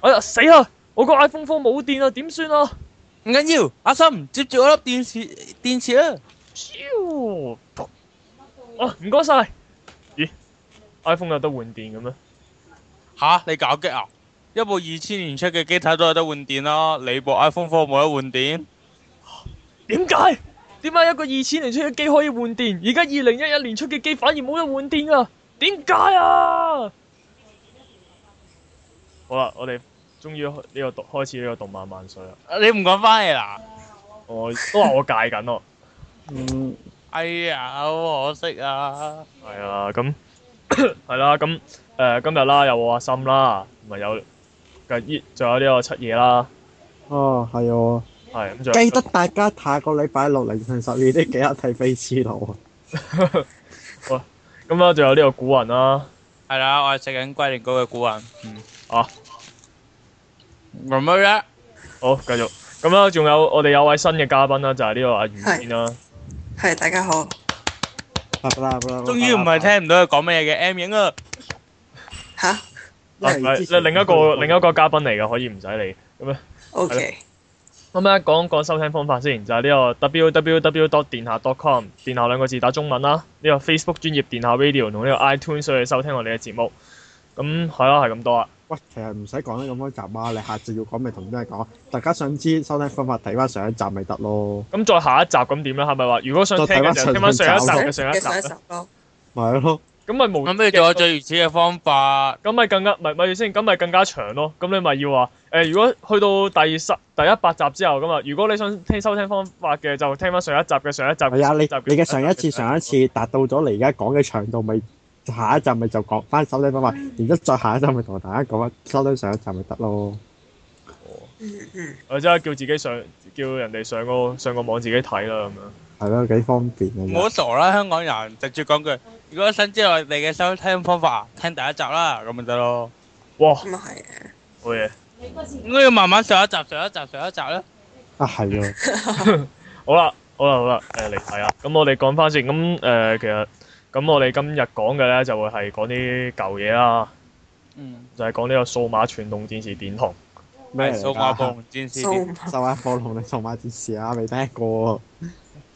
哎呀死啦！我個 iPhone 4冇電啦，點算啊？唔緊要，阿心接住我粒電池電池啦。超哦，唔該晒。咦？iPhone 有得換電嘅咩？吓，你搞激啊！一部二千年出嘅機體都有得換電啦，你部 iPhone Four 冇得換電？點解？點解一個二千年出嘅機可以換電，而家二零一一年出嘅機反而冇得換電啊？點解啊？好啦，我哋終於呢個讀開始呢個動漫萬歲啦！你唔講翻嚟啦？我都話我戒緊咯，嗯，哎呀，好可惜啊！係啊，咁 係啦，咁誒、呃今日啦，有我阿心啦，咪有，跟依仲有呢個七夜啦，哦，係喎，係咁仲有記得大家下個禮拜六凌晨十二點記得睇《飛痴佬》 啊！咁啦，仲有呢個古人啦，係啦，我係食緊龜苓膏嘅古人。嗯。啊。咁樣咧，好繼續，咁啦，仲有我哋有位新嘅嘉賓啦，就係、呢個阿余先啦，係大家好，終於唔係聽唔到佢講咩嘢嘅 M 影啊！吓啊因為之前另一個另一個嘉賓嚟嘅，可以唔使理。 ，OK，咁咧講講收聽方法先，就係、呢個 www dot 電下 dot com，電下兩個字打中文啦。呢、個 Facebook 專業電下 Radio 同呢個 iTunes 去收聽我哋嘅節目。咁係啦，係咁多啊啦。喂，其實唔使講得咁多集啊！你下次要講咪同啲人講，大家想知收聽方法睇翻上一集咪得咯，咁再下一集咁點咧？係咪話如果想聽嘅就聽翻上一集嘅上一 集啊上一咧？集咯，咪係咯。咁咪無咁不如做我最原始嘅方法。咁咪更加咪咪住先，咁咪更加長咯。咁你咪要話誒、如果去到第十第一百集之後咁啊，如果你想聽收聽方法嘅，就聽翻上一集嘅上一集。係啊，你你嘅上一次一上一次達到咗你而家講嘅長度，咪下一集咪就講翻收聽方法，然之後再下一集咪同大家講翻收聽上一集咪得咯。嗯嗯，或者叫自己上叫人哋上個上個網自己睇啦咁樣。係咯，幾方便唔嘅啫。好傻啦，香港人直接講句，如果想知道我哋嘅收聽方法，聽第一集啦，咁咪得咯。哇，咁啊係嘅，好嘢！應該要慢慢上一集、上一集、上一集咧。啊，係喎。好啦，好啦，好啦，誒嚟睇啊！咁我哋講翻先，咁誒、呃其實咁我哋今日講嘅咧就會係講啲舊嘢啦，嗯，就係講呢個數碼傳動戰士電筒。咩係嚟數碼暴㗎？龍戰士數啲。碼數碼暴龍定數碼戰士啊？未聽過。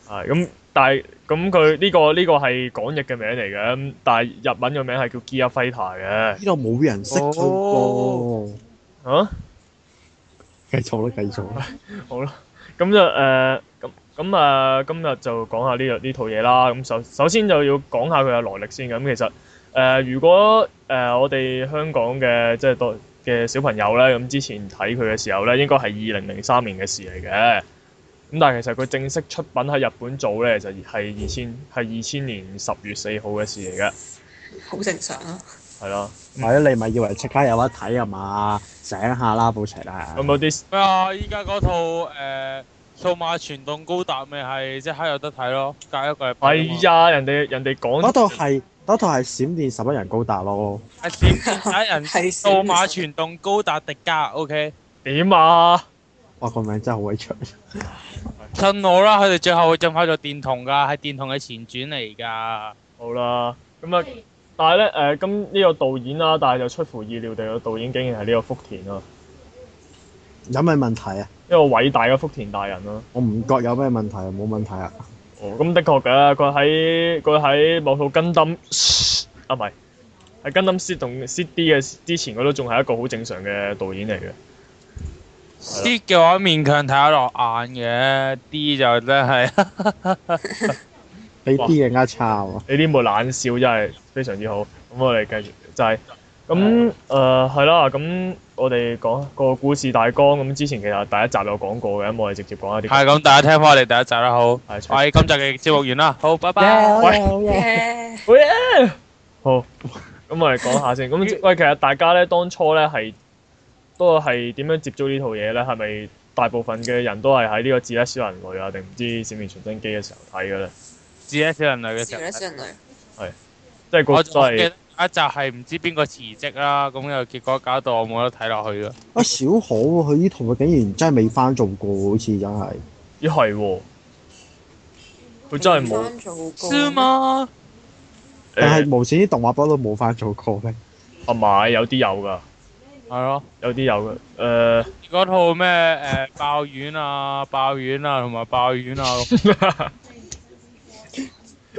係咁，但係咁佢呢個呢、個係港譯嘅名嚟嘅，咁但係日文嘅名係叫 Gear Fighter 嘅。呢度冇人識佢哦噃。啊，繼續啦，繼續啦。好啦，咁就誒咁咁啊，今日就講下呢樣呢套嘢啦。咁首首先就要講下佢嘅來歷先。咁其實誒、呃如果誒、呃我哋香港嘅即係多嘅小朋友咧，咁之前睇佢嘅時候咧，應該係二零零三年嘅事嚟嘅。咁但係其實佢正式出品喺日本做咧，就係二千係二千年十月四號嘅事嚟嘅，好正常啊，係啦。係咯，你咪以為即刻有得睇係嘛？醒下啦，寶齊啦有。冇啲咩啊？依家嗰套誒數碼傳動高達咪係即刻有得睇咯，隔一個禮拜。係啊，人哋人哋講嗰度係嗰度係閃電十一人高達咯。係閃電打人係數碼傳動高達迪迦，OK，點啊？哇，個名真係好鬼長。信我啦，佢哋最後會進化做電筒㗎，係電筒嘅前傳嚟㗎。好啦，咁啊，但係咧誒，咁、呢個導演啦，但係就出乎意料地，個導演竟然係呢個福田啊，有咩問題啊？一個偉大嘅福田大人啦。我唔覺有咩問題，冇問題啊。哦，咁的確嘅，佢喺佢喺某套《跟登》啊，唔係喺《跟登 C 同 C D》嘅之前，佢都仲係一個好正常嘅導演嚟嘅。啲嘅話勉強睇得落眼嘅，D 就真係你啲嘢呃差喎。你啲冇冷笑真係非常之好。咁我哋繼續就係咁誒係啦。咁我哋講個故事大綱。咁之前其實第一集有講過嘅，咁我哋直接講下啲係咁，大家聽翻我哋第一集啦，好，我係哋今集嘅節目完啦，好，拜拜。喂好嘢耶，喂好，咁我哋講下先。咁喂，其實大家咧當初咧係都係點樣接觸呢套嘢咧？係咪大部分嘅人都係喺呢個《自叻小人類》啊，定唔知《閃電傳真機》嘅時候睇嘅咧？自己小人類嘅時小候人睇。小人類，即係個我都仲記係得有一集係唔知邊個辭職啦，咁又結果搞到我冇得睇落去咯。啊，小可喎，佢呢套佢竟然真係未翻做過，好似真係。咦係喎，佢真係冇翻做過是嗎？但誒係無線啲動畫波都冇翻做過咧。啊買有啲有㗎。係咯。有啲有嘅。誒、呃，嗰套咩誒爆丸啊、爆丸啊同埋爆丸啊，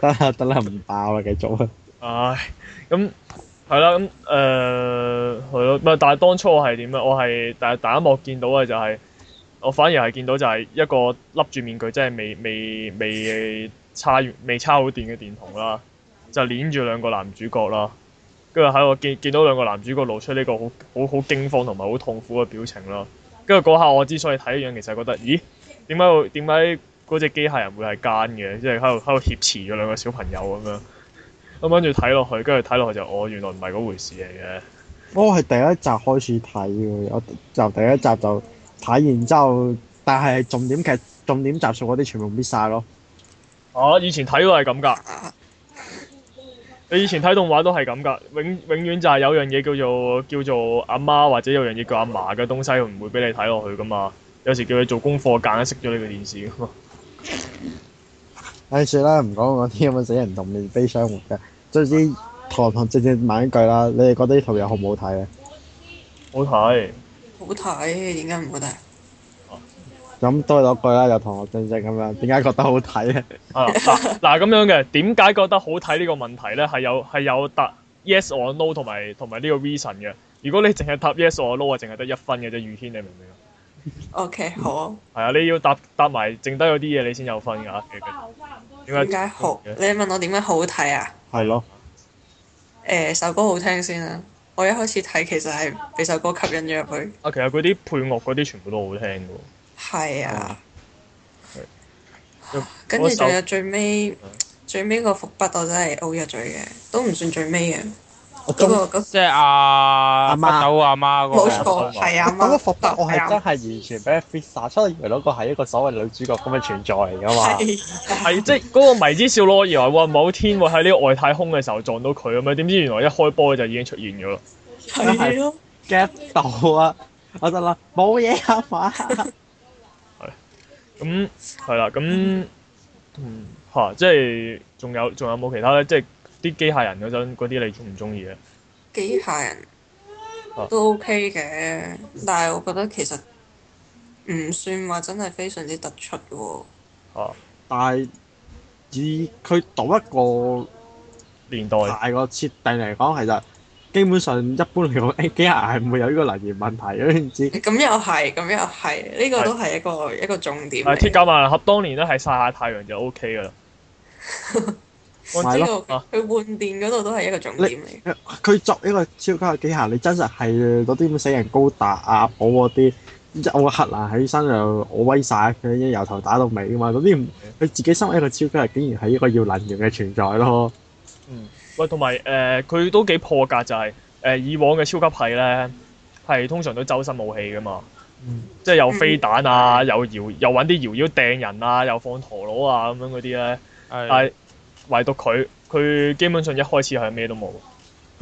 得啦得啦，唔爆啦，繼續啊！唉，咁係啦，咁誒呃係咯，唔係但係當初我係點咧？我係但係第一幕見到嘅就係、我反而係見到就係一個笠住面具，即係未未未插完未插好電嘅電筒啦，就攣住兩個男主角啦。跟住喺我見見到兩個男主角露出呢個好好好驚慌同埋好痛苦嘅表情啦。跟住嗰下我之所以睇一樣，其實覺得，咦，點解會點解嗰只機械人會係奸嘅？即係喺度喺度挟持咗兩個小朋友咁樣。咁跟住睇落去，跟住睇落去就我、哦、原來唔係嗰回事嚟我係第一集開始睇嘅，我就第一集就睇，然之後但係重點劇、重點集數嗰啲全部搣晒咯。嘅。啊！以前睇都係咁㗎，你以前睇動畫都係咁㗎，永永遠就係有樣嘢叫做叫做阿媽或者有樣嘢叫阿嫲嘅東西，佢唔會俾你睇落去㗎嘛。有時叫你做功課，夾硬熄咗你個電視㗎嘛。唉，算啦，唔講嗰啲咁嘅死人同面悲傷活嘅。總之堂堂正正問一句啦，你哋覺得呢套嘢好唔好睇咧？好睇，好睇，點解唔好睇？咁都係嗰句啦，又堂堂正正咁樣，點解覺得好睇咧？ 啊嗱嗱咁樣嘅，點解覺得好睇呢個問題咧？係有係有答 yes or no 同埋同埋呢個 reason 嘅。如果你淨係答 yes or no 啊，淨係得一分嘅啫，宇軒你明唔明啊？ OK，好啊。係啊，你要答答埋剩低嗰啲嘢，你先有分㗎。其實點點解好？你問我點解好睇啊？係咯，誒、首歌好聽先啦。我一開始睇其實係俾首歌吸引咗入去。啊，其實嗰啲配樂嗰啲全部都好聽嘅喎。係啊係。跟住仲有最尾最尾個伏筆，我真係 O 咗嘴嘅，都唔算最尾嘅。我嗰、中個嗰即係阿阿媽北斗阿媽嗰冇個。錯，係啊，嗰個伏筆，我係係真係完全俾佢 fit 晒，所以以為嗰個係一個所謂女主角咁嘅存在嚟噶嘛。係係即係嗰個迷之少女，我以為哇某天會喺呢個外太空嘅時候撞到佢咁樣，點知原來一開波就已經出現咗啦。係咯， get 到啊！我就諗冇嘢啊嘛，咁係啦，咁嗯嚇，即係仲有仲有冇其他咧？即係啲機械人嗰陣嗰啲，你中唔中意啊咧？機械人啊都 OK 嘅，但係我覺得其實唔算話真係非常之突出嘅喎。啊，但係以佢到一個年代係大個設定嚟講，其實基本上一般嚟講， 機械人係唔會有呢個能源問題嘅，你知咁又係，咁又係，呢、個都係一個一個重點嚟。啊鐵甲萬能俠當年咧係曬下太陽就 O K 噶啦。咪呢咯個啊佢換電嗰度都係一個重點嚟。佢作為一個超級嘅機械，你真實係嗰啲咁死人高達啊、寶嗰啲，有個核蘭喺身上，我威晒佢，由頭打到尾噶嘛。嗰啲唔佢自己身為一個超級人，竟然係一個要能源嘅存在咯。嗯喂，同埋誒，佢、都幾破格，就係、誒、以往嘅超級係咧，係通常都周身武器噶嘛，嗯即係有飛彈啊，嗯又搖又揾啲搖搖掟人啊，又放陀螺啊咁樣嗰啲咧，但係係唯獨佢，佢基本上一開始係咩都冇。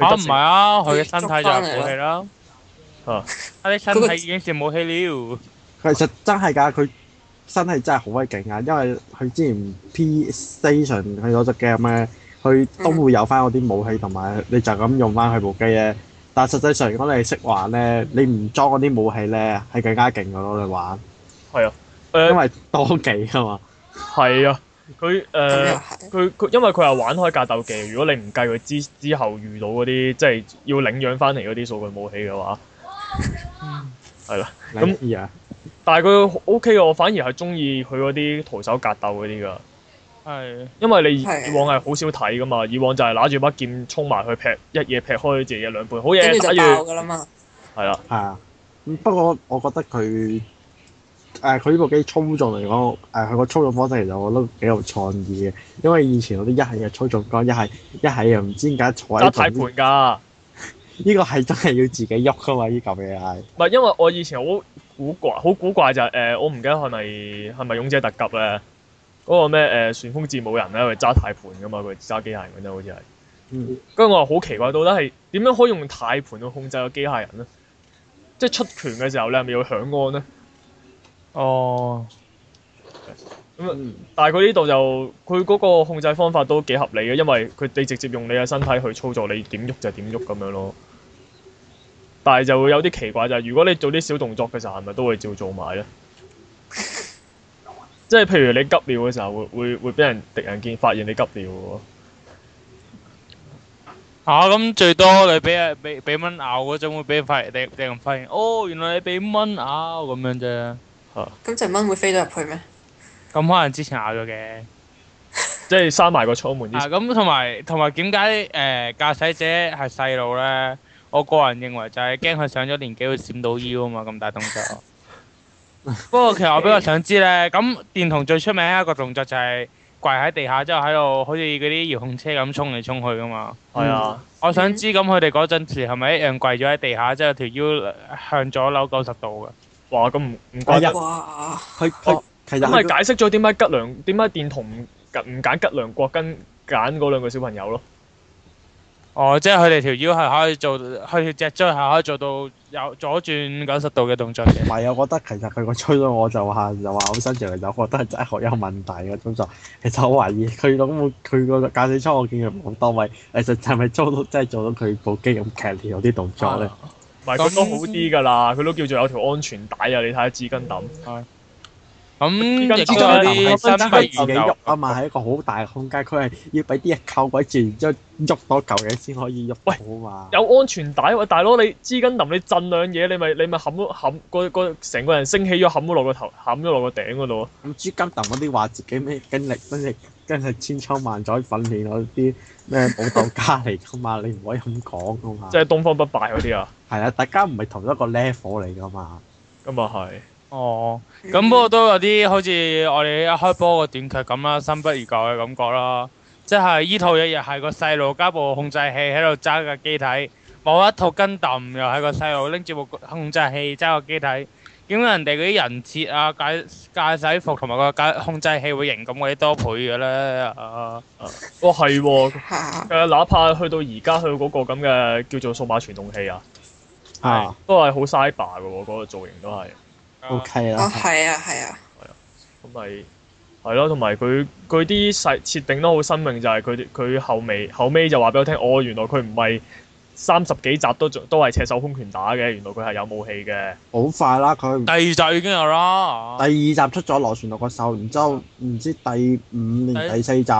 佢啊，得唔成係啊，佢嘅身體就係武器啦。啊他啲身體已經是武器了。其實真係㗎，佢身係真係好鬼勁啊！因為佢之前 P Station 佢嗰只 game 咧，佢都會有翻嗰啲武器同埋你就咁用翻佢部機咧。但實際上如果你係識玩咧，你唔裝嗰啲武器咧係更加勁嘅咯，你玩，誒因為多技啊呃嘛。係啊，佢誒。咁又係，佢佢因為佢係玩開格鬥技，如果你唔計佢之之後遇到嗰啲即係要領養翻嚟嗰啲數據武器嘅話，咁咁啊，但係佢 O K 嘅，我反而係中意佢嗰啲徒手格鬥嗰啲㗎。係。因為你以係往係好少睇噶嘛，以往就係揦住把劍衝埋去劈，一嘢劈開自己嘅兩半，好跟嘢住打就爆完，㗎啦嘛。係啦，係啊。咁不過我覺得佢誒佢呢部機操縱嚟講，誒佢個操縱方式其實我覺得幾有創意嘅，因為以前嗰啲一係就操縱杆，一係一係又唔知點解坐揸喺太度盤。㗎。呢個係真係要自己喐噶嘛？呢嚿嘢係唔係因為我以前好古怪，好古怪就係、呃我唔記得係咪係咪勇者特急咧，嗰、個咩誒、呃旋風字母人咧，佢揸太盤噶嘛，佢揸機械人㗎啫，好似係。嗯跟住我話好奇怪，到底係點樣可以用太盤去控制個機械人咧？即係出拳嘅時候，你係咪要響安咧？哦。嗯但係佢呢度就佢嗰個控制方法都幾合理嘅，因為佢你直接用你嘅身體去操作，你點喐就點喐咁樣咯。但係就會有啲奇怪就係、如果你做啲小動作嘅時候，係咪都會照做埋咧？即係譬如你急尿嘅時候，會會會俾人敵人見發現你急尿嘅吓咁最多你俾啊俾俾蚊咬嗰種會俾人發現，俾俾人發現哦，原來你俾蚊咬咁樣啫。咁隻蚊會飛到入去咩？咁可能之前咬咗嘅。喎，即係閂埋個艙門之啊，前。咁同埋同埋點解誒呃駕駛者係細路咧？我個人認為就係驚佢上咗年紀會閃到腰啊嘛，咁大動作。不過其實我比較想知咧，咁電筒最出名一個動作就係跪喺地下之後喺度好似嗰啲遙控車咁衝嚟衝去噶嘛。係啊，我想知咁佢哋嗰陣時係咪一樣跪咗喺地下之後條腰向左扭九十度㗎？哇！咁唔唔哎怪得，哇！佢佢其實咁咪佢解釋咗點解吉良點解電筒唔唔揀吉良國跟揀嗰兩個小朋友咯？哦，即係佢哋條腰係可以做，佢條脊椎係可以做到右左轉九十度嘅動作嘅唔。係，啊我覺得其實佢個吹咗我就話就話好新潮，其實我覺得真係好有問題嘅操作。其實我懷疑佢老母佢個駕駛艙，我見佢冇多位，其實係咪做到真係做到佢部機咁劇烈有啲動作咧？唔係佢都好啲㗎啦，佢都叫做有條安全帶啊！你睇下紙巾抌。咁亦都有知道啦啲但啊身係體自己研喐究啊嘛，係一個好大嘅空間，佢係要俾啲嘢扣鬼住，然之後喐多嚿嘢先可以喐到啊嘛。有安全帶喂，大佬你支巾揼你震兩嘢，你咪你咪冚咗冚個個成個人升起咗，冚咗落個頭，冚咗落個頂嗰度。啊咁朱金揼嗰啲話自己咩經歷，真係真係千秋萬載訓練嗰啲咩舞蹈家嚟噶嘛，你唔可以咁講噶嘛即。係東方不敗嗰啲啊，係啊，大家唔係同一個 level 嚟噶嘛。咁啊係。哦，嗯咁不過都有啲好似我哋一開波個短劇咁啦，心不如舊嘅感覺啦。即係依套嘢又係個細路加部控制器喺度揸架機體，某一套跟揼又係個細路拎住部控制器揸個機體。點解人哋嗰啲人設啊、駕駕駛服同埋個駕控制器會型咁嗰啲多倍嘅咧？啊，哇哦係啊喎，嚇誒哪怕去到而家去嗰個咁嘅叫做數碼傳動器啊，啊。都係好 cyber 嘅喎，嗰、個造型都係。 O K 哦，啦，係啊，係啊，咁咪係咯，同埋佢佢啲細設定都好新穎，就係佢佢後尾後尾就話俾我聽，哦原來佢唔係三十幾集都仲都係赤手空拳打嘅，原來佢係有武器嘅。好快啦！佢第二集已經有啦。第二集出咗螺旋落個手，然之後唔知第五定第四集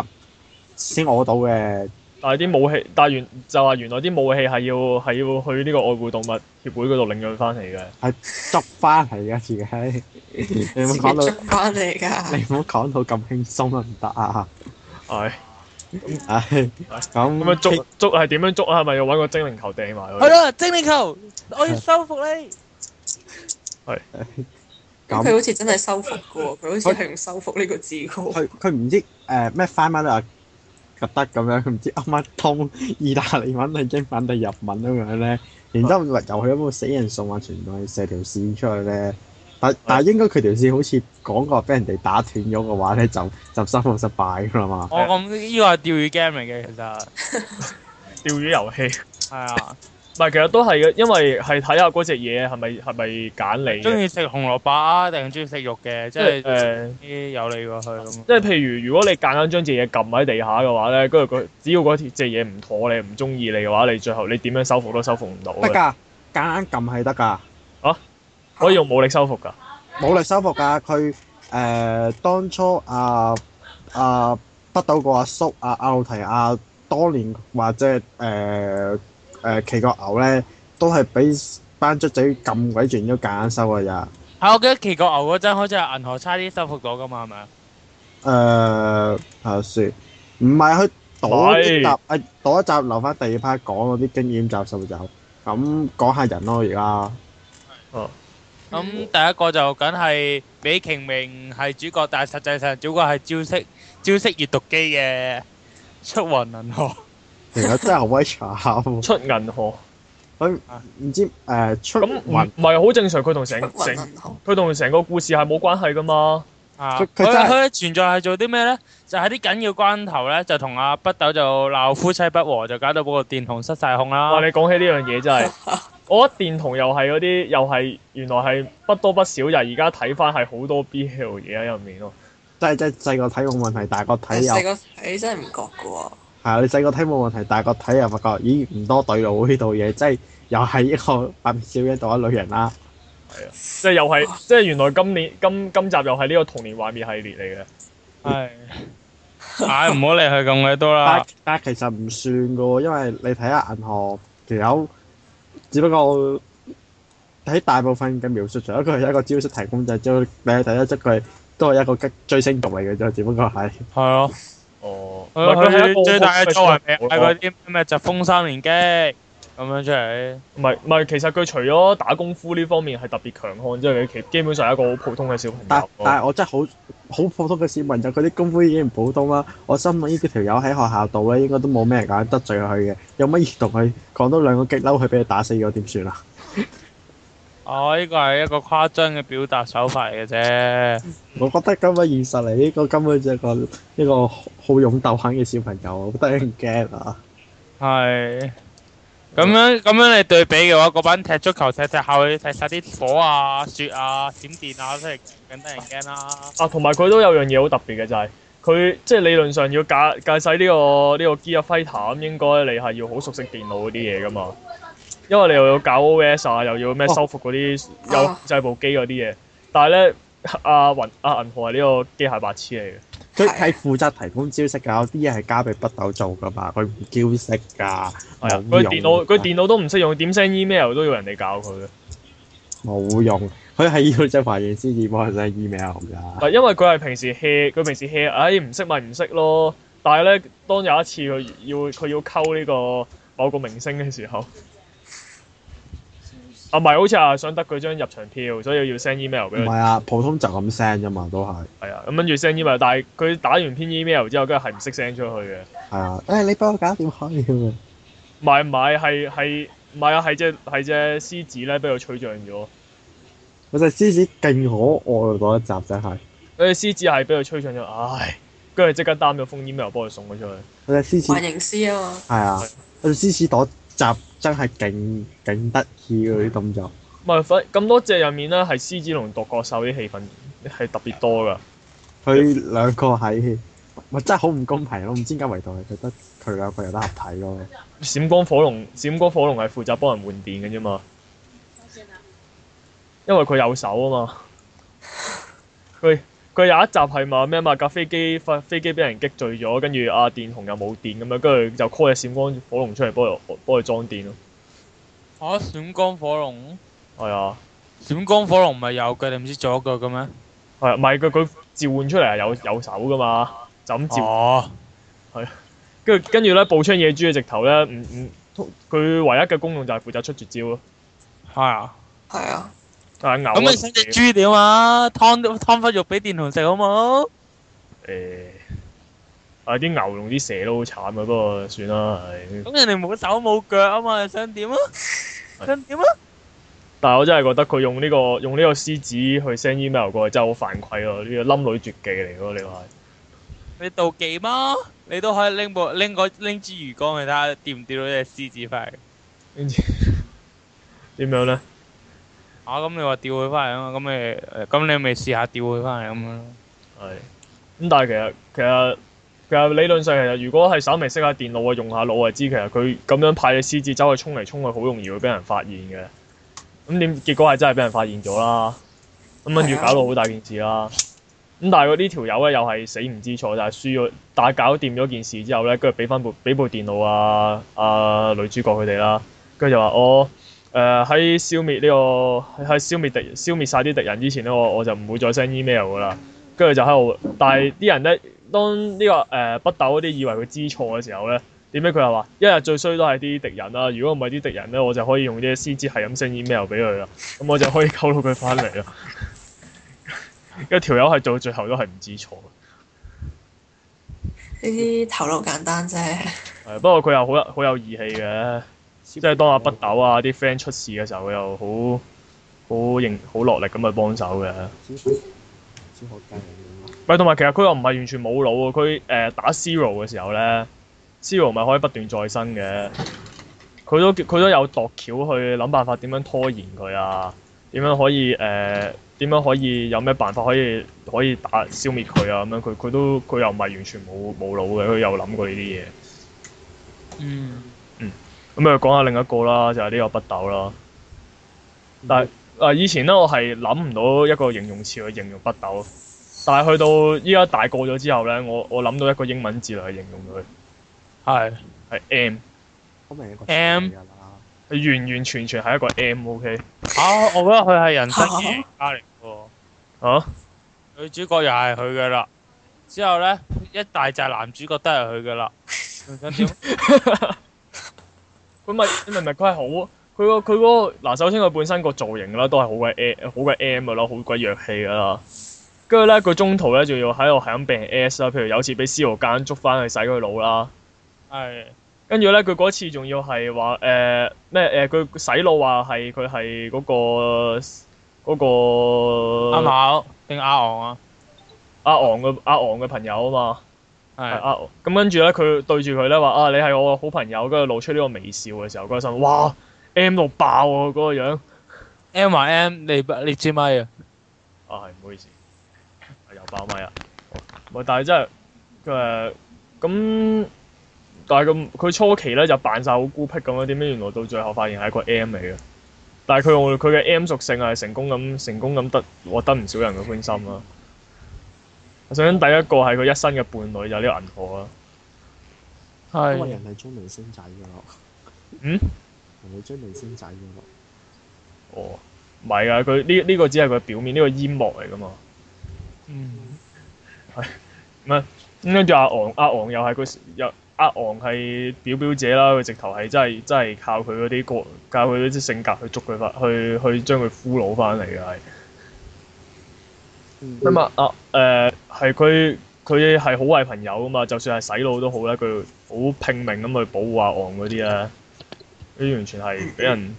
先攞到嘅， 但係啲武器，但係原就話原來啲武器係要係要去呢個愛護動物協會嗰度領養翻嚟嘅。執翻嚟嘅自己。你自唔己好講捉到，翻嚟㗎。你唔好講到咁輕鬆都唔得啊！係唉，咁樣咁捉捉係點樣捉啊？係咪要揾個精靈球掟埋嗯係佢？咯，精靈球，我要收服你。咁佢咁好似真係收服嘅喎，佢好似係用收服呢個字嘅喎。佢佢唔知誒咩翻翻啊吉得咁樣，佢唔知啱啱通意大利文定英文定日文咁樣咧，然之後由佢有冇死人數碼傳到去射條線出去咧。但但係應該佢條線好似講過俾人哋打斷咗嘅話咧，就就收復失敗㗎啦嘛。我咁呢個係釣啊魚 game 嚟嘅，其實釣魚遊戲。 係啊，唔係，其實都係嘅，因為係睇下嗰隻嘢係咪係咪揀你中嘅，意食紅蘿蔔啊，定中意食肉嘅，即即係呃係誒。啲有利過去咁。即係譬如，如果你夾硬將隻嘢撳喺地下嘅話咧，跟住佢只要嗰條隻嘢唔妥你，唔中意你嘅話，你最後你點樣修復都修復唔到 得嘅，㗎，夾硬撳係得㗎，可以用武力修復㗎。冇力收復㗎。佢誒、呃、當初啊啊北島個阿叔啊阿魯提亞，當年或者誒誒騎個牛咧，都係俾班卒仔撳鬼住，都夾硬收㗎咋。係我記得奇國牛嗰陣，好似係銀河差啲收服到噶嘛，係咪啊？誒下雪，唔係佢唔躲一係集，誒躲一集留翻第二 part 講嗰啲經驗集數就咁講下人咯，而家。咁第一個就梗係俾瓊明係主角，但係實際上主角係招式招式閱讀機嘅出雲銀河。其實真係好鬼慘，出銀河唔知誒、出咁唔雲唔係好正常，佢同成雲成銀河佢同成個故事係冇關係㗎嘛。啊！佢佢佢真係佢存在係做啲咩咧？就喺啲緊要關頭咧，就同阿北斗就鬧夫妻不和，就搞到嗰個電筒失晒控啦。哇！你講起呢樣嘢真係，我覺得電筒又係嗰啲，又係原來係不多不少，又而家睇翻係好多 BL 嘢喺入面咯。真係真係細個睇冇問題，大個睇啊但係細有個睇真係唔覺嘅喎。啊，你細個睇冇問題，大個睇又發覺，咦唔多對路喎呢度嘢，即係又係一個百變小櫻度一女人啦。即係又係，即係原來今年今今集又係呢個童年幻滅系列嚟嘅。系，唉，唔好理佢咁鬼多啦但。但其實唔算嘅喎，因為你睇下銀河有，只不過喺大部分嘅描述上，佢係一個招式提供者，只要你睇得出佢都係一個激追星族嚟嘅啫，只不過係系咯，哦，唔係佢係一個佢最大嘅作為係嗰唔啲咩疾風三年擊咁樣出嚟。係唔係，其實佢除咗打功夫呢方面係特別強悍之外，佢其基本上係一個好普通嘅小朋友但咯。但係我真係好好普通嘅市民，就佢啲功夫已經唔普通啦。我心諗呢條友喺學校度咧，應該都冇咩人敢得罪佢嘅。有乜嘢同佢講多兩個激嬲，佢俾佢打死咗點算啊？哦，呢個係一個誇張嘅表達手法嚟嘅啫。我覺得根本現實嚟，呢、個根本就係一個一個好勇鬥狠嘅小朋友，我覺得有啲驚啊！係。咁樣咁樣你對比嘅話，嗰班踢足球踢踢下去，踢晒啲火啊、雪啊、閃電啊，真係更得人驚啦。啊，同埋佢都有樣嘢好特別嘅就係、佢即係理論上要駕駕駛呢、個呢、個 Gear Fighter 咁，應該你係要好熟悉電腦嗰啲嘢噶嘛，因為你又要搞 OS 啊，又要咩哦修復嗰啲有控制部機嗰啲嘢，但係咧阿雲阿銀河係呢個機械白痴嚟嘅。佢係負責提供招式㗎，有啲嘢係交俾北斗做㗎嘛，佢唔招式㗎，係啊，冇佢用電腦㗎佢電腦都唔識用，點 send email 都要人哋教佢嘅。冇用，佢係要隻華言先至幫佢 send email 㗎。但因為佢係平時 hea，佢平時 hea，唉唔識咪唔識咯。但係咧，當有一次佢要佢要溝呢個某個明星嘅時候，啊唔係，好似係想得佢張入場票，所以要 send email 俾唔係佢。啊，普通就咁 send 啫嘛，都係係啊，咁跟住 send email，但係佢打完篇 email 之後，跟住係唔識 send 出去嘅。係啊，誒、你幫我搞掂可以咁樣唔係唔係，係係唔係啊？係只係只獅子咧，俾佢吹漲咗。我隻獅子勁可愛嗰一集真係，嗰隻獅子係俾佢吹漲咗，唉！跟住即刻擔咗封 email 幫佢送咗出去。我隻獅子幻形師啊嘛，係啊，我隻獅子嗰集真係勁勁得意嗰啲動作。唔係，反咁多隻入面咧，係獅子同獨角獸啲戲份係特別多㗎。佢兩個喺，咪真係好唔公平咯！唔知點解唯獨係佢得佢兩個有得合體咯。閃光火龍，閃光火龍係負責幫人換電嘅啫嘛，因為佢有手啊嘛。佢佢有一集係嘛咩嘛架飛機飛飛機俾人擊墜咗，跟住阿電紅又冇電咁樣，跟住就 call 隻閃光火龍出嚟幫佢幫佢裝電咯。嚇、閃光火龍，係啊，閃光火龍唔係右腳定唔知左腳嘅咩？係啊，唔係佢佢召喚出嚟係有有手㗎嘛，就咁召喚哦，跟住跟住咧，步槍野豬嘅直頭咧，唔唔，通佢唯一嘅功用就係負責出絕招咯，係啊。係啊，但係牛咁你想只豬點啊？湯湯忽肉俾電同食好冇？誒啊啲牛同啲蛇都好慘啊嘅，不過算啦，係。咁人哋冇手冇腳啊嘛，你想點啊？係想點啊？但係我真係覺得佢用呢、個用呢個獅子去 send email 過去真係好犯規咯，呢個冧女絕技嚟咯，你話係？你妒忌嗎？你都可以拎部拎個拎支魚竿去睇下釣唔釣到只獅子翻嚟。跟住點樣咧？啊，咁你話釣佢翻嚟啊嘛？咁咪咁你咪試下釣佢翻嚟咁樣咯。係咁，但係其實其實其實理論上其實如果係稍微識下電腦啊，用下腦啊，知其實佢咁樣派隻獅子走去衝嚟衝去，好容易會俾人發現嘅。咁點結果係真係俾人發現咗啦。咁跟住係啊搞到好大件事啦。咁但係佢呢條友咧又係死唔知錯，但係輸咗，但係搞掂咗件事之後咧，跟住俾翻部俾部電腦啊啊女主角佢哋啦，跟住就話我誒喺消滅呢、個喺喺消滅敵消滅晒啲敵人之前咧，我我就唔會再 send email 噶啦。跟住就喺度，但係啲人咧，當呢、個誒、呃北斗嗰啲以為佢知錯嘅時候咧，點解佢又話一日最衰都係啲敵人啦、如果唔係啲敵人咧，我就可以用啲獅子係咁 send email 俾佢啦，咁我就可以溝到佢翻嚟啦。 一條友係到最後都係唔知錯嘅，呢啲頭腦簡單啫，係啊不過佢又好有好有義氣嘅，即係當阿北斗啊啲 friend 出事嘅時候，佢又好好認好落力咁去幫手嘅。小學小學雞嚟㗎嘛喂，同埋其實佢又唔係完全冇腦喎，佢誒、呃打 zero 嘅時候咧，zero 咪可以不斷再生嘅，佢都佢都有度橋去諗辦法點樣拖延佢啊，點樣可以誒呃點、樣可以有咩辦法可以可以打消滅佢啊咁樣，佢佢都佢又唔係完全冇冇腦嘅，佢有諗過呢啲嘢，嗯，咁啊，講下另一個啦，就係、呢個北斗啦。但係啊，以前咧我係諗唔到一個形容詞去形容北斗，但係去到依家大個咗之後咧，我我諗到一個英文字嚟去形容係佢，係 M，我明一個 M 㗎啦。佢完完全全係一個 M，OK、啊，我覺得佢係人生贏家嚟喎，啊，女主角又係佢噶啦，之後咧一大扎男主角都係佢噶啦，仲想點？佢咪你明唔明？佢係好，佢個佢嗰個嗱，首先佢本身個造型啦，都係好鬼 M，好鬼 M 噶啦，好鬼弱氣噶啦。跟住咧，佢中途咧仲要喺度係咁病 S 啦，譬如有次俾司徒間捉翻去洗佢腦啦。係跟住咧，佢嗰次仲要係話誒咩誒，呃佢、洗腦話係佢係嗰個嗰、阿個茂定阿昂啊？阿昂嘅阿昂嘅朋友啊嘛，係係阿昂咁跟住咧，佢對住佢咧話啊，你係我嘅好朋友，跟住露出呢個微笑嘅時候，嗰陣哇 M 到爆啊嗰、個樣 M 還 M，你不你知咪啊？啊係唔好意思，啊又爆咪啊！唔係但係真係佢誒咁，但係咁佢初期咧就扮晒好孤僻咁樣，點解原來到最後發現係一個 M 嚟嘅？但係佢用佢嘅 M 屬性係成功咁成功咁得獲得唔少人嘅歡心啦。我想第一個係佢一生嘅伴侶就係呢個銀河啦。啊因為係人哋追明星仔㗎咯。嗯？人哋追明星仔㗎咯。哦，唔係啊，佢呢呢個只係佢表面呢、個煙幕嚟噶嘛。嗯咁跟住阿昂，阿昂又係佢又阿昂係表表姐啦，佢直頭係真係真係靠佢嗰啲個靠佢嗰啲性格去捉佢翻，去去將佢俘虜翻嚟嘅係。嗯咁啊啊誒係佢佢係好為朋友噶嘛，就算係洗腦都好啦，佢好拼命咁去保護阿昂嗰啲咧，佢完全係俾人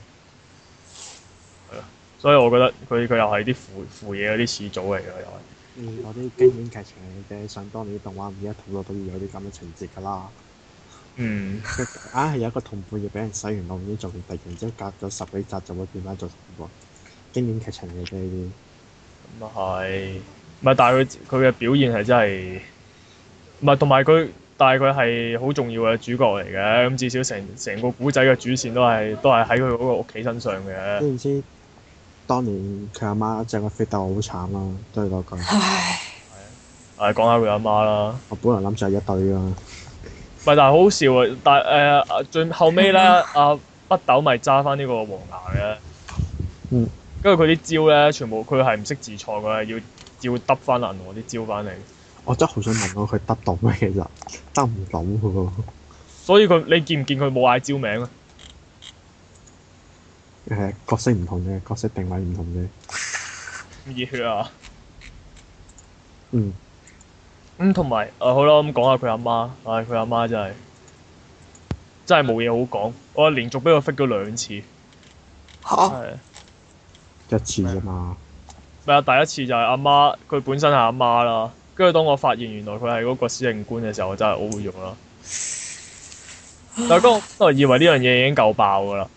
係啊，所以我覺得佢佢又係啲腐腐嘢嗰啲始祖嚟嘅又係。嗯，嗰啲經典劇情嚟嘅，想當年啲動畫唔知一套到都要有啲咁嘅情節㗎啦。 嗯，硬係有一個同伴要俾人洗完腦，已經做完突然之間隔咗十幾集就會變翻做同伴，經典劇情嚟嘅呢咁啊係，唔係但係佢佢嘅表現係真係，唔係同埋佢，但係佢係好重要嘅主角嚟嘅，咁至少成成個古仔嘅主線都係都係喺佢嗰個屋企身上啲。嘅。知唔知當年佢阿媽整個 fit 到好慘啦，都係嗰句。唉，誒啊講下佢阿媽啦，我本來諗住係一對啊㗎嘛，唔係但係好笑啊！但係誒、呃最後尾咧，阿、北斗咪揸翻呢個黃牙嘅，嗯，跟住佢啲招咧，全部佢係唔識自創嘅，要要揼翻銀河啲招翻嚟。我真係好想問我佢得到咩？其實得唔到嘅喎。所以佢你見唔見佢冇嗌招名啊？誒角色唔同嘅，角色定位唔同嘅。咁熱血啊！嗯，咁同埋誒好啦，咁講下佢阿媽，唉、佢阿媽真係真係冇嘢好講，我連續俾佢 fit 咗兩次，嚇係一次啫嘛。咪啊第一次就係阿媽，佢本身係阿媽啦，跟住當我發現原來佢係嗰個司令官嘅時候，我真係 O 咗啦。但係當我本來以為呢樣嘢已經夠爆㗎啦，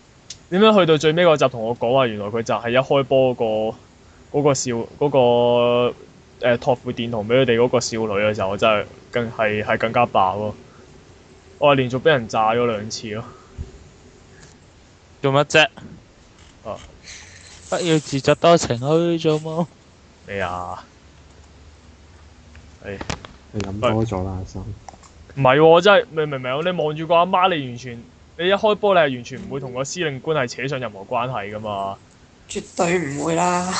點樣去到最尾嗰集同我講話，原來佢就係一開波嗰、個嗰、個少嗰、個誒託付電筒俾佢哋嗰個少女嘅時候，我真係更係係更加爆咯。我係連續俾人炸咗兩次咯。做乜啫？啊不要自作多情去做麼？你啊，你諗多咗啦，阿生。唔係喎，真係你明唔明啊？你望住個阿媽，你完全你一開波，你係完全唔會同個司令官係扯上任何關係噶嘛。絕對唔會啦！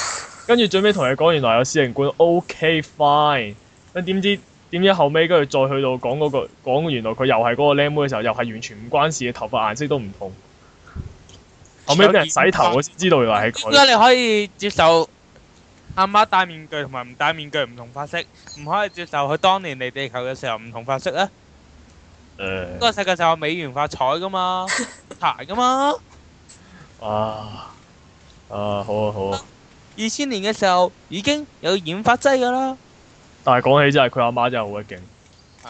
跟住最尾同你講，原來有司令官，OK fine。咁點知點知後尾跟住再去到講嗰、個講原來佢又係嗰個靚妹嘅時候，又係完全唔關事嘅，頭髮顏色都唔同。後尾俾人洗頭，我先知道原來係點解 佢。你可以接受阿媽戴面具同埋唔戴面具唔同髮色，唔可以接受佢當年嚟地球嘅時候唔同髮色咧？呢誒、個世界上有美元發彩噶嘛，柴噶嘛。啊啊好啊好啊！二千年嘅時候已經有染髮劑噶啦。但係講起真係佢阿媽真係好鬼勁。係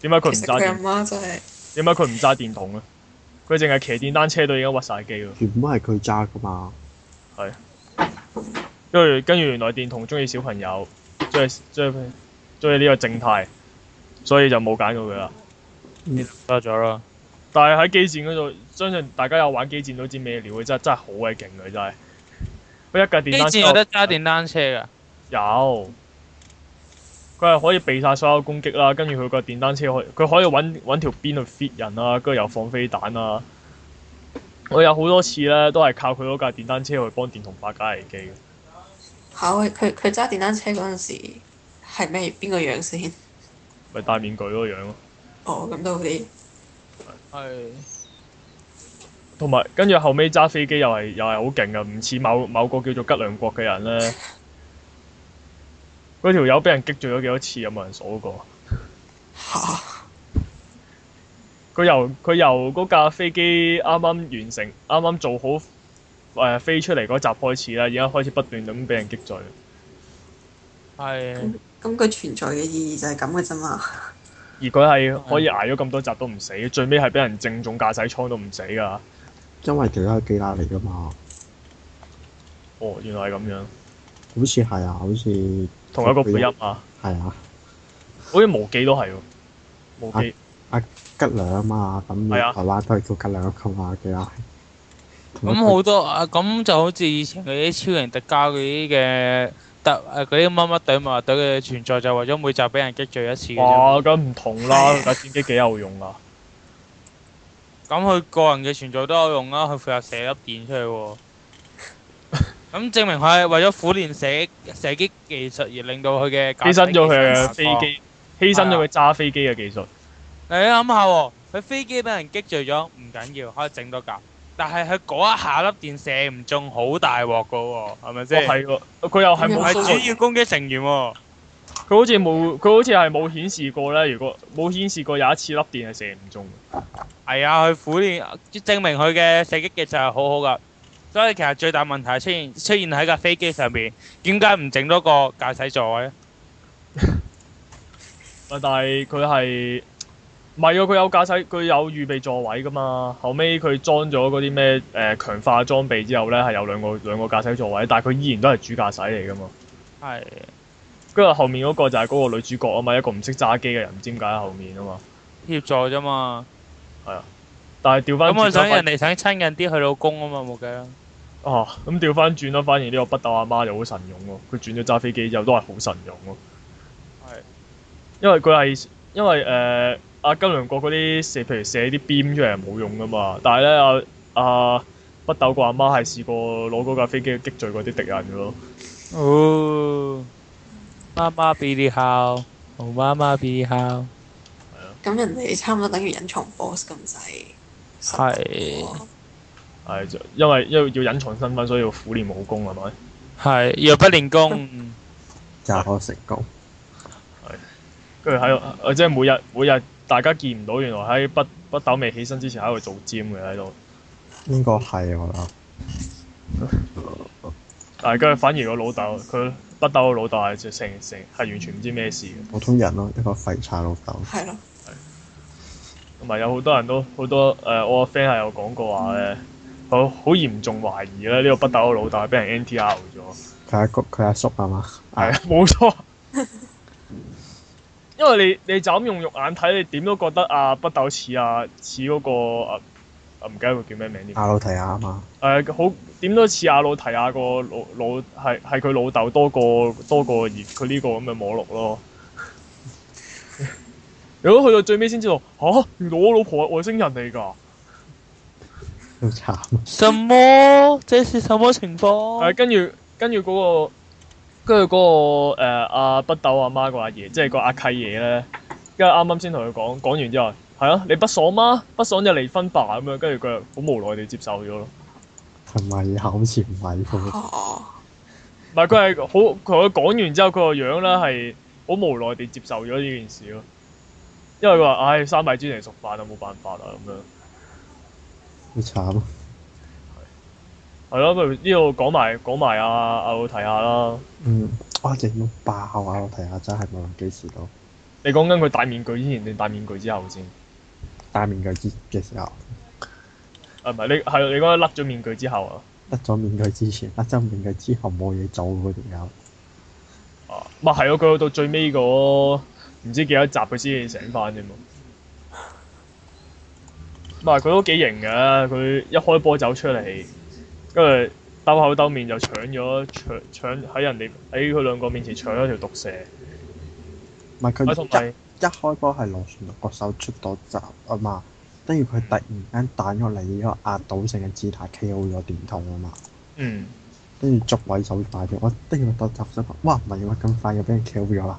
點解佢唔其實揸佢阿電媽真係點解佢唔揸電筒咧？佢淨係騎電單車都已經屈晒機咯。原本係佢揸㗎嘛。跟住跟住原來電筒中意小朋友，中意中意中意呢個正太，所以就冇揀過佢啦。多咗啦。但係喺機戰嗰度，相信大家有玩機戰都知咩料嘅，真係真係好鬼勁啊嘅真係。佢一架電單機車戰有得揸電單車噶，有，佢係可以避晒所有攻擊啦，跟住佢個電單車可以，佢可以揾揾條邊去 fit 人啦，跟住又放飛彈啦。我有好多次咧，都係靠佢嗰架電單車去幫電同化解危機嘅。嚇！佢佢佢揸電單車嗰陣時係咩邊個樣先？ 咪戴面具嗰個樣咯。哦，咁都好啲。係同埋跟住後尾揸飛機又係又係好勁嘅，唔似某某個叫做吉良國嘅人咧，嗰條友俾人擊中咗幾多次有冇人數過？嚇！佢由佢由嗰架飛機啱啱完成，啱啱做好誒、呃、飛出嚟嗰集開始啦，而家開始不斷咁俾人擊墜。係咁佢存在嘅意義就係咁嘅啫嘛。而佢係可以捱咗咁多集都唔死，最尾係俾人正中駕駛艙都唔死㗎。因為其他機拉嚟噶嘛，哦，原來係咁樣，好似係啊，好似同一個配音啊，係啊，好似無記都係喎，無記。吉良啊嘛，咁係啊台灣都係叫吉良噶嘛，機拉。咁好多啊，咁就好似以前嗰啲超人迪迦嗰啲嘅特誒嗰啲乜乜隊乜乜隊嘅存在，就為咗每集俾人擊中一次嘅啫。哇，咁唔同啦係啊，架戰機幾有用啊！咁佢個人嘅存在都有用啦，佢負責射粒電出去 喎。咁證明佢係為咗苦練射射擊技術而令到佢嘅犧牲咗佢嘅駕駛飛技術機，犧牲咗佢揸飛機嘅技術。你諗下喎，佢飛機俾人擊墜咗唔緊要，可以整多架。但係佢嗰一下粒電射唔中，好大鑊噶喎，係啊咪哦，先？係喎，佢又係唔冇係係主要攻擊成員喎，佢好似冇，佢好似係冇顯示過咧。如果冇顯示過有一次粒電係射唔中嘅，係啊，佢苦練，證明佢嘅射擊技術係好好噶。所以其實最大問題係出現出現喺架飛機上面，點解唔整多個駕駛座位咧？啊但係佢係唔係啊？佢有駕駛，佢有預備座位噶嘛。後尾佢裝咗嗰啲咩誒強化裝備之後咧，係有兩個兩個駕駛座位，但係佢依然都係主駕駛嚟噶嘛。係。跟住後面嗰個就係嗰個女主角啊嘛，一個唔識揸機嘅人，唔知點解喺後面啊嘛。協助啫嘛。但係調翻咁我轉想頭人哋想親近啲佢老公啊嘛，冇計啦。哦，咁調翻轉啦，反而呢個北斗阿媽就好神勇喎、佢轉咗揸飛機之後都係好神勇喎、係因為佢係因為誒呃阿、金良國嗰啲射，譬如射啲鞭出嚟係冇用噶嘛，但係咧阿阿北斗個阿媽係試過攞嗰架飛機擊墜嗰啲敵人嘅咯。哦，媽媽比你好，哦媽媽比你好，咁人哋差唔多等於隱藏 boss 咁滯。係係就因為因為要隱藏身份，所以要苦練武功係咪？係弱不練功，就可成功。跟住喺度呃即係每日每日大家見唔到，原來喺北北斗未起身之前喺度做尖嘅喺度，應該係我諗，但係跟住反而個老豆佢北斗個老豆係成成係完全唔知咩事嘅。普通人咯，一個廢柴老豆。係咯，同埋有好多人都好多誒、呃我個 friend 係有講過話咧，好好嚴重懷疑咧呢、個北斗嘅老豆係俾人 NTR 咗，佢阿谷佢阿叔啊嘛，係啊冇錯。 因為你你就咁用肉眼睇，你點都覺得啊北斗似啊似嗰、個啊啊唔記得佢叫咩名添，誒、阿魯提亞啊嘛，呃好點都似阿魯提亞個老老係係佢老豆多過多過而佢呢個咁嘅摸錄咯。 如果去到最尾先知道，嚇、原來我老婆係外星人嚟㗎。好慘。 啊什麼？這是什麼情況係？跟住跟住嗰個，跟住嗰、個誒阿、北斗阿媽個阿爺，即係個阿契爺咧，跟住啱啱先同佢講，講完之後係啊，你不爽嗎？不爽就離婚吧咁樣，跟住佢好無奈地接受咗咯。同埋啊好似唔係喎，哦，唔係佢係好，佢講完之後佢個樣咧係好無奈地接受咗呢件事咯。因為佢話：唉，三米之前熟飯啊，冇辦法啦咁樣。好慘。啊係咯，不如呢度講埋講埋阿阿老提下啦。嗯，哇！勁到爆啊！我睇下真係無論幾時都你講緊佢戴面具之前定戴面具之後先？戴面具之嘅時候，啊，唔係你係你講緊甩咗面具之後啊？甩咗面具之前，甩咗面具之後冇嘢做嗰條友，啊，咪係咯，佢到最尾嗰唔知幾多集佢先至醒翻啫嘛。唔係佢都幾型嘅，佢一開波走出嚟，跟住兜口兜面就搶咗搶搶喺人哋喺佢兩個面前搶咗條毒蛇，唔係啊佢同一埋一開波係羅旋個手出到閘啊嘛，跟住佢突然間彈咗嚟呢個壓倒性嘅姿態 K.O. 咗電筒啊嘛，嗯跟住捉位手快咗，我跟住我當集想話，哇唔係話咁快就俾人 K.O. 咗啦，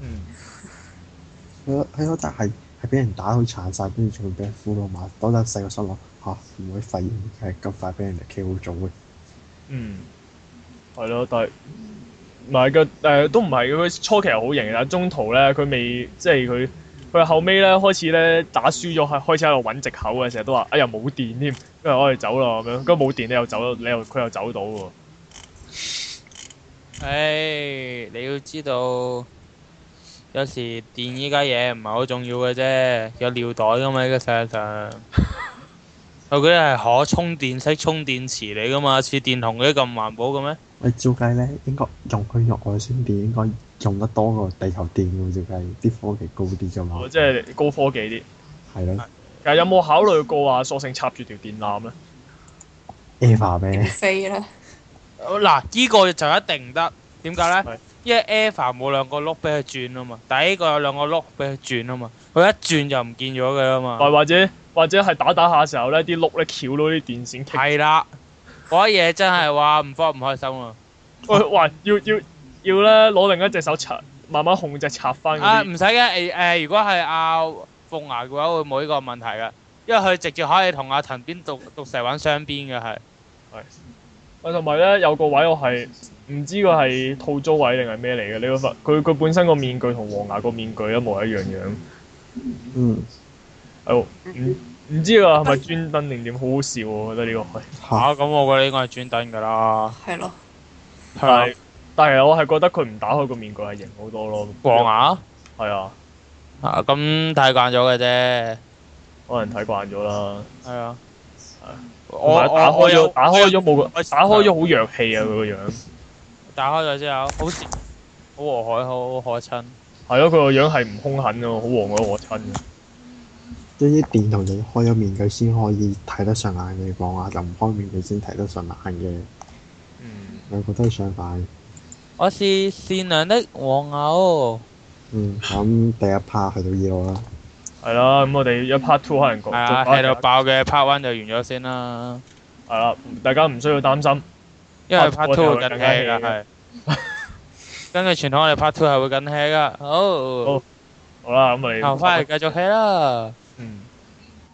嗯佢佢嗰集係係俾人打到殘晒，跟住仲俾人俘虜埋，嗰陣細個心諗嚇唔會肺炎係咁快俾人哋 K.O. 咗嘅，嗯，係咯，但係唔係嘅誒都唔係嘅，佢初期係好型嘅，但係中途咧佢未即係佢佢後尾咧開始咧打輸咗，係開始喺度揾藉口嘅，成日都話哎呀冇電添，跟住我哋走啦咁樣，跟住冇電你又走，你又佢又走到喎。唉，你要知道，有時電依家嘢唔係好重要嘅啫，有尿袋噶嘛呢個世界上。佢嗰啲係可充電式充電池嚟噶嘛，似電筒嗰啲咁環保嘅咩？喂照計咧應該用佢用外星電應該用得多過地球電嘅喎，照計啲科技高啲㗎嘛哦，即係啊高科技啲。係咯其實有冇考慮過話索性插住條電纜咧？ ，Eva 咩？飛啦，嗱，依個就一定唔得，點解係呢？因為 Alpha 冇兩個轆俾佢轉啊嘛，但係呢個有兩個轆俾佢轉啊嘛，佢一轉就唔見咗佢啊嘛。或或者或者係打打下時候咧，啲碌咧翹到啲電線棘。係啦，嗰一嘢真係話唔慌唔開心啊！喂喂，要要要咧攞另一隻手插，慢慢控制插翻啊，嗰啲。唔使嘅，誒、誒，如果係阿鳳牙嘅話，會冇呢個問題嘅，因為佢直接可以同阿藤邊毒毒蛇玩雙邊嘅係，喂同埋咧有個位我係唔知佢係套租位定係咩嚟嘅？你會發佢佢本身個面具同黃牙個面具一模一樣樣。嗯係喎唔唔知啊，係咪專登定點？好好笑喎！我覺得呢個係。嚇。啊嚇咁、我覺得呢個係專登㗎啦，係咯，係但啊係但係我係覺得佢唔打開個面具係型好多咯。黃牙係啊，啊，咁睇慣咗嘅啫，可能睇慣咗啦。係啊係，我我打我我開有咗，打開咗冇個，我打開咗好弱氣啊！佢個樣打開咗之後，好似好和藹，好可親，係咯，佢個樣係唔兇狠啊嘅，好和藹可親啊嘅。將啲電同你開咗面具先可以睇得上眼嘅講話，就唔開面具先睇得上眼嘅，嗯，兩個都係相反。我是善良的黃哦牛，嗯，咁第一 part 去到呢度啦。係啦，咁我哋一 part two 可能講係啊，講氣到爆嘅 part one 就完咗先啦，係啦，大家唔需要擔心。因為 part part two 會 two 會更更加 hea 㗎氣嘅係， 根據傳統我哋 part two 係會更 hea 㗎，好好。好啦，咁我哋行翻嚟繼續 hea 啦。